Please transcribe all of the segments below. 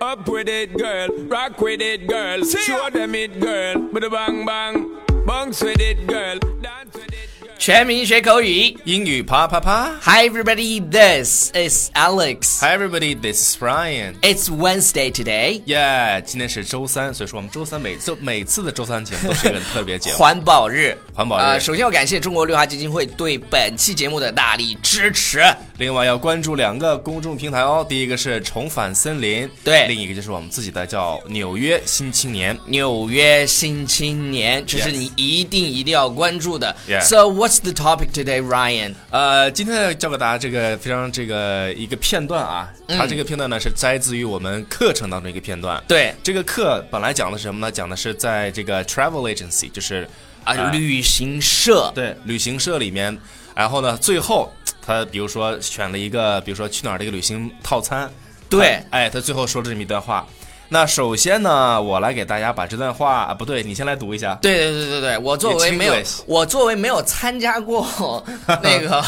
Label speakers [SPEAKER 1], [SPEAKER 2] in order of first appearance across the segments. [SPEAKER 1] Up with it, girl. Rock with it, girl. Show them it, girl. Bada bang bang. Bounce with it, girl. Dance with it, girl.
[SPEAKER 2] 全民学口语。
[SPEAKER 3] 英语啪啪啪
[SPEAKER 2] Hi everybody, this is Alex.
[SPEAKER 3] ！Hi everybody, this is Brian.
[SPEAKER 2] It's Wednesday today.
[SPEAKER 3] 耶、今天是周三，所以说我们周三每次每次的周三节目都是一个特别 节目。
[SPEAKER 2] 环保日，
[SPEAKER 3] 环保日
[SPEAKER 2] 呃首先要感谢中国绿化基金会对本期节目的大力支持。
[SPEAKER 3] 另外要关注两个公众平台哦，第一个是重返森林，
[SPEAKER 2] 对
[SPEAKER 3] 另一个就是我们自己的叫纽约新青年。
[SPEAKER 2] 纽约新青年，这是
[SPEAKER 3] Yes
[SPEAKER 2] 你一定一定要关注的。
[SPEAKER 3] Yeah
[SPEAKER 2] So what's the topic today, Ryan?
[SPEAKER 3] 呃，今天要教给大家这个非常这个一个片段啊，它这个片段呢是摘自于我们课程当中一个片段。
[SPEAKER 2] 嗯对
[SPEAKER 3] 这个课本来讲的是什么呢？讲的是在这个 travel agency，就是
[SPEAKER 2] 啊，
[SPEAKER 3] 呃
[SPEAKER 2] 旅行社。
[SPEAKER 3] 对，旅行社里面，然后呢，最后他比如说选了一个，比如说去哪儿的一个旅行套餐，
[SPEAKER 2] 对
[SPEAKER 3] 他哎，他最后说了这么一段话。那首先呢，我来给大家把这段话啊，不对，你先来读一下。
[SPEAKER 2] 对对对对对，我作为
[SPEAKER 3] It's
[SPEAKER 2] 没有
[SPEAKER 3] English
[SPEAKER 2] 我作为没有参加 过那个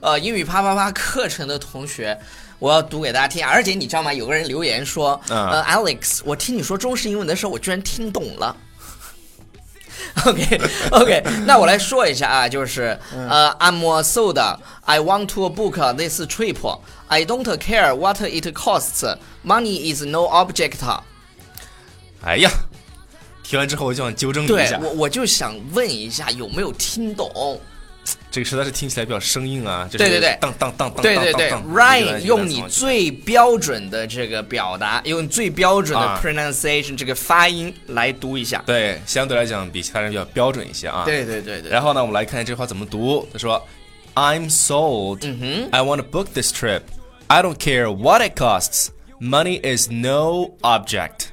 [SPEAKER 2] 呃英语啪啪啪课程的同学，我要读给大家听。而且你知道吗？有个人留言说，
[SPEAKER 3] 嗯
[SPEAKER 2] 呃，Alex，我听你说中式英文的时候，我居然听懂了。OK OK，那我来说一下啊，就是
[SPEAKER 3] 嗯
[SPEAKER 2] 呃，I'm a soda. I want to book this trip. I don't care what it costs. Money is no object.
[SPEAKER 3] 哎呀，听完之后我就想纠正你一
[SPEAKER 2] 对
[SPEAKER 3] 下
[SPEAKER 2] 我，，我就想问一下，有没有听懂？
[SPEAKER 3] 这个实在是听起来比较生硬啊，就是
[SPEAKER 2] 对对对
[SPEAKER 3] 当当当当，
[SPEAKER 2] 对对对
[SPEAKER 3] 当当一个
[SPEAKER 2] ，Ryan
[SPEAKER 3] 人
[SPEAKER 2] 用
[SPEAKER 3] 一
[SPEAKER 2] 你
[SPEAKER 3] 个人走过去
[SPEAKER 2] 最标准的这个表达，用最标准的
[SPEAKER 3] 啊
[SPEAKER 2] pronunciation 这个发音来读一下。
[SPEAKER 3] 对，相对来讲比其他人比较标准一些啊。。
[SPEAKER 2] 对对对对，
[SPEAKER 3] 然后呢，我们来看这话怎么读。他说：“I'm sold. I want to book this trip. I don't care what it costs. Money is no object.”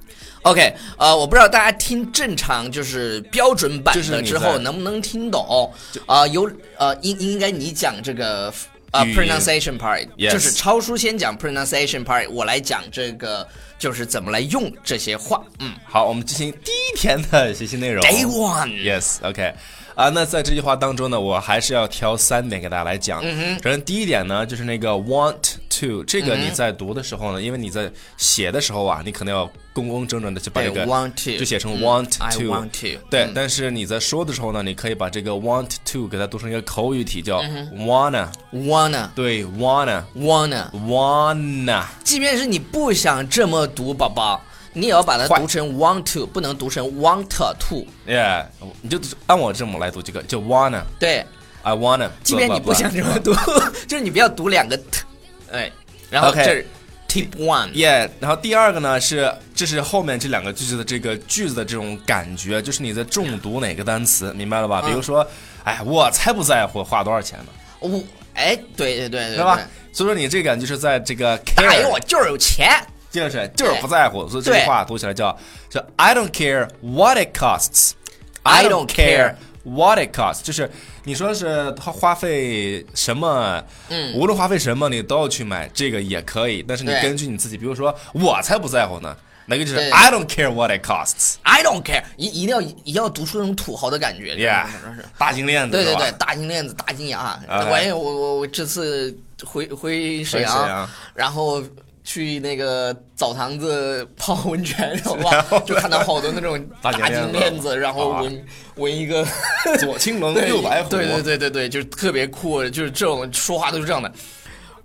[SPEAKER 2] OK，呃，我不知道大家听正常就是标准版
[SPEAKER 3] 就是
[SPEAKER 2] 的
[SPEAKER 3] 你
[SPEAKER 2] 之后
[SPEAKER 3] 在
[SPEAKER 2] 能不能听懂？啊、有呃，应应该你讲这个呃
[SPEAKER 3] 语音
[SPEAKER 2] pronunciation part，、
[SPEAKER 3] Yes
[SPEAKER 2] 就是超叔先讲 pronunciation part，我来讲这个就是怎么来用这些话。嗯
[SPEAKER 3] 好，我们进行第一天的学习内容。
[SPEAKER 2] ，Day one。
[SPEAKER 3] Yes, OK，啊，那在这句话当中呢，我还是要挑三点给大家来讲。
[SPEAKER 2] 嗯
[SPEAKER 3] 首先第一点呢，就是那个 want to，这
[SPEAKER 2] 嗯
[SPEAKER 3] 个你在读的时候呢，因为你在写的时候啊，你可能要工工整整的就把这
[SPEAKER 2] 对
[SPEAKER 3] 个
[SPEAKER 2] ，want to
[SPEAKER 3] 就写成
[SPEAKER 2] 嗯
[SPEAKER 3] want
[SPEAKER 2] I
[SPEAKER 3] to，
[SPEAKER 2] want to，
[SPEAKER 3] 对，
[SPEAKER 2] 嗯
[SPEAKER 3] 但是你在说的时候呢，你可以把这个 want to 给它读成一个口语体，
[SPEAKER 2] 嗯
[SPEAKER 3] 叫 wanna，
[SPEAKER 2] Wanna
[SPEAKER 3] 对，wanna。
[SPEAKER 2] wanna
[SPEAKER 3] Wanna，
[SPEAKER 2] 即便是你不想这么读，宝宝，你也要把它
[SPEAKER 3] 坏
[SPEAKER 2] 读成 want to，不能读成 want to。
[SPEAKER 3] yeah，你就按我这么来读这个，就 wanna，I
[SPEAKER 2] 对，
[SPEAKER 3] wanna，
[SPEAKER 2] 即便你
[SPEAKER 3] blah, blah,
[SPEAKER 2] 不
[SPEAKER 3] blah
[SPEAKER 2] 想这么读， 就是你不要读两个 t，哎，然后
[SPEAKER 3] OK
[SPEAKER 2] 这是 tip one。
[SPEAKER 3] Yeah，然后第二个呢是，这是后面这两个句子的这个句子的这种感觉，就是你在中毒哪个单词，明白了
[SPEAKER 2] 嗯
[SPEAKER 3] 吧？比如说，哎，我才不在乎花多少钱呢，
[SPEAKER 2] 我哎，对对对对，
[SPEAKER 3] 对吧？所以说你这个感就是在这个
[SPEAKER 2] 对？打赢
[SPEAKER 3] care，
[SPEAKER 2] 我就是有钱。
[SPEAKER 3] 就是就是不在乎，所以这
[SPEAKER 2] 对
[SPEAKER 3] 句话读起来叫叫 I don't care what it costs，I
[SPEAKER 2] I don't care
[SPEAKER 3] what it costs，就是你说是他花费什么，嗯，无论花费什么，你都要去买，这个也可以，但是你
[SPEAKER 2] 对
[SPEAKER 3] 根据你自己，比如说我才不在乎呢，那个就是
[SPEAKER 2] 对
[SPEAKER 3] I don't care what it costs。
[SPEAKER 2] I don't care，一一定要一定要读出那种土豪的感觉。
[SPEAKER 3] Yeah，
[SPEAKER 2] 你知道吗
[SPEAKER 3] 大金链子，
[SPEAKER 2] 对对
[SPEAKER 3] 是吧
[SPEAKER 2] 对，大金链子、大金牙。
[SPEAKER 3] 哎
[SPEAKER 2] 我也我我我这次回回沈
[SPEAKER 3] 回沈
[SPEAKER 2] 阳
[SPEAKER 3] 阳，
[SPEAKER 2] 然后去那个澡堂子泡温 泉，
[SPEAKER 3] 然
[SPEAKER 2] 哇
[SPEAKER 3] 后，
[SPEAKER 2] 就看到好多那种
[SPEAKER 3] 大
[SPEAKER 2] 大
[SPEAKER 3] 金
[SPEAKER 2] 金
[SPEAKER 3] 链子
[SPEAKER 2] 链子，然后
[SPEAKER 3] 好吧
[SPEAKER 2] 纹纹一个
[SPEAKER 3] 左青 龙，
[SPEAKER 2] 对
[SPEAKER 3] 右白虎，
[SPEAKER 2] 对对对对对，就是特别酷，就是这种说话都是这样的。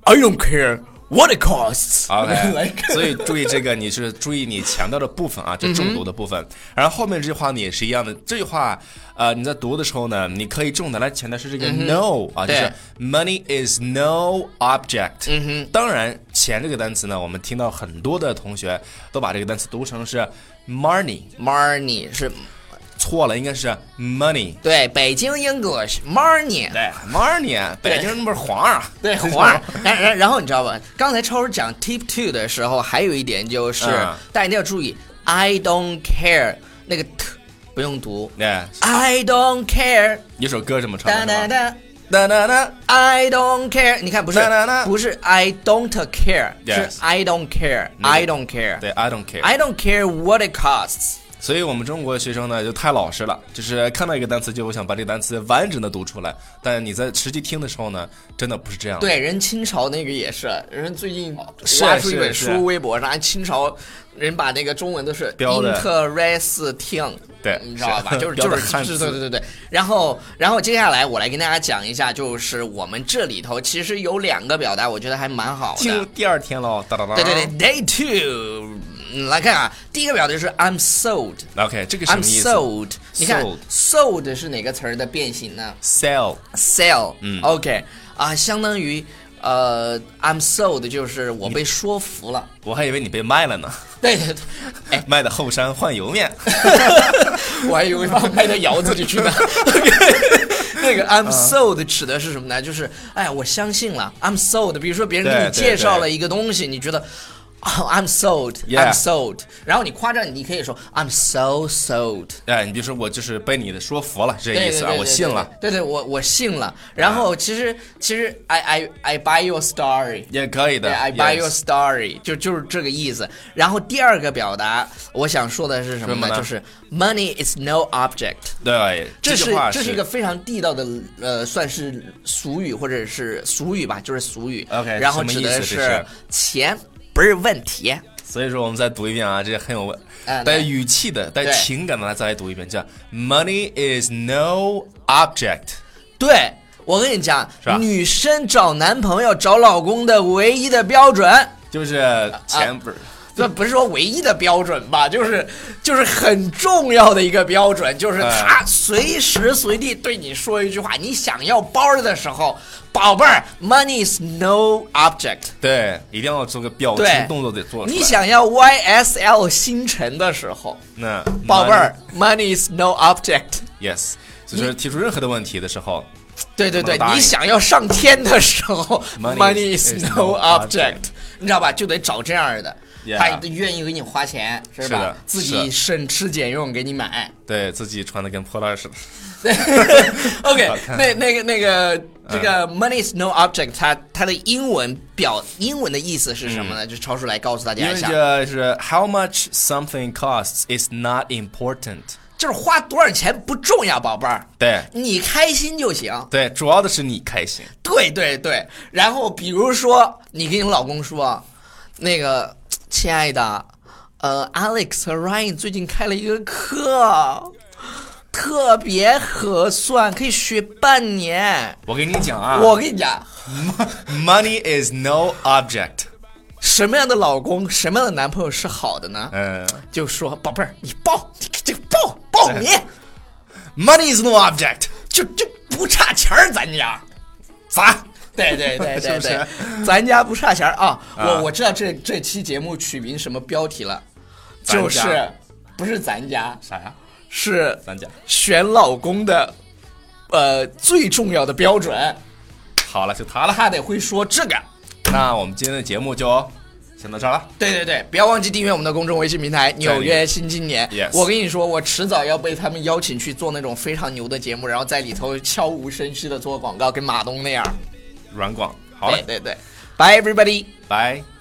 [SPEAKER 2] I don't care what it costs。来
[SPEAKER 3] OK，所以注意这个，你是注意你强调的部分啊，就中毒的部分。然后后面这句话呢也是一样的，这句话呃你在读的时候呢，你可以重点来强调是这个 no 啊，就
[SPEAKER 2] 对
[SPEAKER 3] 是 money is no object。嗯哼，当然钱这个单词呢，我们听到很多的同学都把这个单词读成是 money，
[SPEAKER 2] money 是
[SPEAKER 3] 错了，应该是 money。
[SPEAKER 2] 对北京 English money。
[SPEAKER 3] 对，money，啊北京人不是皇上啊，
[SPEAKER 2] 对，
[SPEAKER 3] 这种
[SPEAKER 2] 皇上。然然然后你知道吧？刚才超叔讲 tip two 的时候，还有一点就是、
[SPEAKER 3] 嗯
[SPEAKER 2] 大家一定要注意，I don't care 那个 t 不用读
[SPEAKER 3] 对，
[SPEAKER 2] ，I don't care
[SPEAKER 3] 一首歌这么唱
[SPEAKER 2] 哒
[SPEAKER 3] 的
[SPEAKER 2] 哒
[SPEAKER 3] 是吧？
[SPEAKER 2] 哒
[SPEAKER 3] 哒哒哒。
[SPEAKER 2] ，I don't care。你看不是
[SPEAKER 3] 哒哒哒
[SPEAKER 2] 不是 I don't care，
[SPEAKER 3] Yes
[SPEAKER 2] 是 I don't care，I don't care。哎
[SPEAKER 3] 对，I don't care。
[SPEAKER 2] I don't care what it costs。
[SPEAKER 3] 所以我们中国学生呢就太老实了，就是看到一个单词就我想把这个单词完整的读出来，但你在实际听的时候呢，真的不是这样的。
[SPEAKER 2] 对，人清朝那个也是，人最近
[SPEAKER 3] 是
[SPEAKER 2] 挖出一
[SPEAKER 3] 是
[SPEAKER 2] 本
[SPEAKER 3] 是
[SPEAKER 2] 书，微博上清朝人把那个中文都是
[SPEAKER 3] 标的
[SPEAKER 2] interesting，
[SPEAKER 3] 对
[SPEAKER 2] 你知道吧？
[SPEAKER 3] 是
[SPEAKER 2] 就是
[SPEAKER 3] 标
[SPEAKER 2] 就
[SPEAKER 3] 的
[SPEAKER 2] 是
[SPEAKER 3] 汉
[SPEAKER 2] 是，对
[SPEAKER 3] 字
[SPEAKER 2] 对对对。然后然后接下来我来跟大家讲一下，就是我们这里头其实有两个表达，我觉得还蛮好
[SPEAKER 3] 进入
[SPEAKER 2] 的。
[SPEAKER 3] 第二天喽，哒哒哒。
[SPEAKER 2] 对对对，Day Two，嗯来看啊，第一个表达就是 I'm sold。
[SPEAKER 3] ，OK，这个什
[SPEAKER 2] I'm
[SPEAKER 3] 么意思
[SPEAKER 2] sold，你看
[SPEAKER 3] Sold
[SPEAKER 2] sold 是哪个词儿的变形呢？
[SPEAKER 3] ？Sell，
[SPEAKER 2] sell，
[SPEAKER 3] 嗯
[SPEAKER 2] ，OK，啊，相当于呃，I'm sold，就是我被说服了。哎
[SPEAKER 3] 我还以为你被卖了呢，
[SPEAKER 2] 对对
[SPEAKER 3] 卖的后山换 油面。
[SPEAKER 2] 对，我还以为把我卖到窑子里去呢。那个
[SPEAKER 3] 嗯
[SPEAKER 2] I'm sold 指的是什么呢？就是哎，我相信了，I'm sold。比如说别人给你
[SPEAKER 3] 对对
[SPEAKER 2] 介绍了一个东西，你觉得。哦 I'm sold, I'm
[SPEAKER 3] Yeah
[SPEAKER 2] sold。然后你夸张，你可以说 I'm so sold。
[SPEAKER 3] 哎，你比如说我就是被你的说服了，是这
[SPEAKER 2] 对
[SPEAKER 3] 意思啊，我信了。。
[SPEAKER 2] 对对对对对对，我我信了。然后其实其实 I I I buy your story。
[SPEAKER 3] 也可以的。
[SPEAKER 2] 对，I buy your
[SPEAKER 3] yes
[SPEAKER 2] story，就就是这个意思。然后第二个表达，我想说的是什么
[SPEAKER 3] 什么呢
[SPEAKER 2] 就是 money is no object。
[SPEAKER 3] 对，
[SPEAKER 2] 这
[SPEAKER 3] 句
[SPEAKER 2] 是
[SPEAKER 3] 话
[SPEAKER 2] 这是一个非常地道的呃，算是俗语或者是俗语吧，就是俗语。
[SPEAKER 3] OK，
[SPEAKER 2] 然后
[SPEAKER 3] 什么
[SPEAKER 2] 指
[SPEAKER 3] 意
[SPEAKER 2] 的
[SPEAKER 3] 思这是
[SPEAKER 2] 钱不是问题。
[SPEAKER 3] 所以说我们再读一遍啊，这很有
[SPEAKER 2] 哎
[SPEAKER 3] 带
[SPEAKER 2] 来
[SPEAKER 3] 语气的、带
[SPEAKER 2] 对
[SPEAKER 3] 情感的来再来读一遍，叫 Money is no object。
[SPEAKER 2] 对我跟你讲
[SPEAKER 3] 是吧，
[SPEAKER 2] 女生找男朋友、找老公的唯一的标准，
[SPEAKER 3] 就是
[SPEAKER 2] 啊
[SPEAKER 3] 钱不是、
[SPEAKER 2] 这不是说唯一的标准吧，就是就是很重要的一个标准，就是
[SPEAKER 3] 哎
[SPEAKER 2] 他随时随地对你说一句话，你想要包的时候，宝贝儿，money is no object。
[SPEAKER 3] 对，一定要做个表
[SPEAKER 2] 对
[SPEAKER 3] 情哦动作得做出来。嗯
[SPEAKER 2] 你想要 YSL 星辰的时候，
[SPEAKER 3] 那
[SPEAKER 2] 宝贝儿，money is no object。
[SPEAKER 3] ，yes，所以说提出任何的问题的时候，
[SPEAKER 2] 对对对
[SPEAKER 3] 不能答，应
[SPEAKER 2] 你想要上天的时候
[SPEAKER 3] Money
[SPEAKER 2] ，money
[SPEAKER 3] is
[SPEAKER 2] is
[SPEAKER 3] no
[SPEAKER 2] no
[SPEAKER 3] object
[SPEAKER 2] object，你知道吧？就得找这样的
[SPEAKER 3] Yeah，
[SPEAKER 2] 他愿意给你花钱，是
[SPEAKER 3] 是
[SPEAKER 2] 吧
[SPEAKER 3] 的？
[SPEAKER 2] 自
[SPEAKER 3] 是
[SPEAKER 2] 己省吃俭用给你 买。
[SPEAKER 3] 对自己穿的跟破烂似 的。
[SPEAKER 2] OK，
[SPEAKER 3] 好看嗯
[SPEAKER 2] 那那个那个这个 money is no object，它它的英文表英文的意思是什么呢？就超叔来告诉大
[SPEAKER 3] 嗯因
[SPEAKER 2] 家一
[SPEAKER 3] 为
[SPEAKER 2] 下，
[SPEAKER 3] 这是 How much something costs is not important。
[SPEAKER 2] 就是花多少钱不重要，宝贝儿，
[SPEAKER 3] 对
[SPEAKER 2] 你开心就行。
[SPEAKER 3] 对，主要的是你开心。
[SPEAKER 2] 对对对，然后比如说你跟你老公说，那个亲爱的，呃，Alex 和 Ryan 最近开了一个课，特别合算，可以学半年。
[SPEAKER 3] 我跟你讲啊，
[SPEAKER 2] 我跟你讲，
[SPEAKER 3] Money is no object。
[SPEAKER 2] 什么样的老公，什么样的男朋友是好的呢？
[SPEAKER 3] 嗯
[SPEAKER 2] 就说宝贝儿，你报你这个报报名，
[SPEAKER 3] ，Money is no object。
[SPEAKER 2] 就就不差钱儿，咱家。
[SPEAKER 3] 砸。
[SPEAKER 2] 对对 对
[SPEAKER 3] 是
[SPEAKER 2] 对
[SPEAKER 3] 不是
[SPEAKER 2] 对，咱家不差钱儿啊！
[SPEAKER 3] 啊
[SPEAKER 2] 我我知道这这期节目取名什么标题了，
[SPEAKER 3] 咱
[SPEAKER 2] 就
[SPEAKER 3] 家
[SPEAKER 2] 是不是咱家，
[SPEAKER 3] 啥哎呀？
[SPEAKER 2] 是
[SPEAKER 3] 咱家。
[SPEAKER 2] 选老公的呃最重要的标准，
[SPEAKER 3] 好了，就他了。
[SPEAKER 2] 他得会说这个。
[SPEAKER 3] 那我们今天的节目就先到这儿了。
[SPEAKER 2] 对对对，不要忘记订阅我们的公众微信平台《纽约新青年》。
[SPEAKER 3] Yes
[SPEAKER 2] 我跟你说，我迟早要被他们邀请去做那种非常牛的节目，然后在里头悄无声息的做广告，跟马东那样。
[SPEAKER 3] 软广，好嘞，
[SPEAKER 2] 哎对对对，Bye everybody。
[SPEAKER 3] 拜。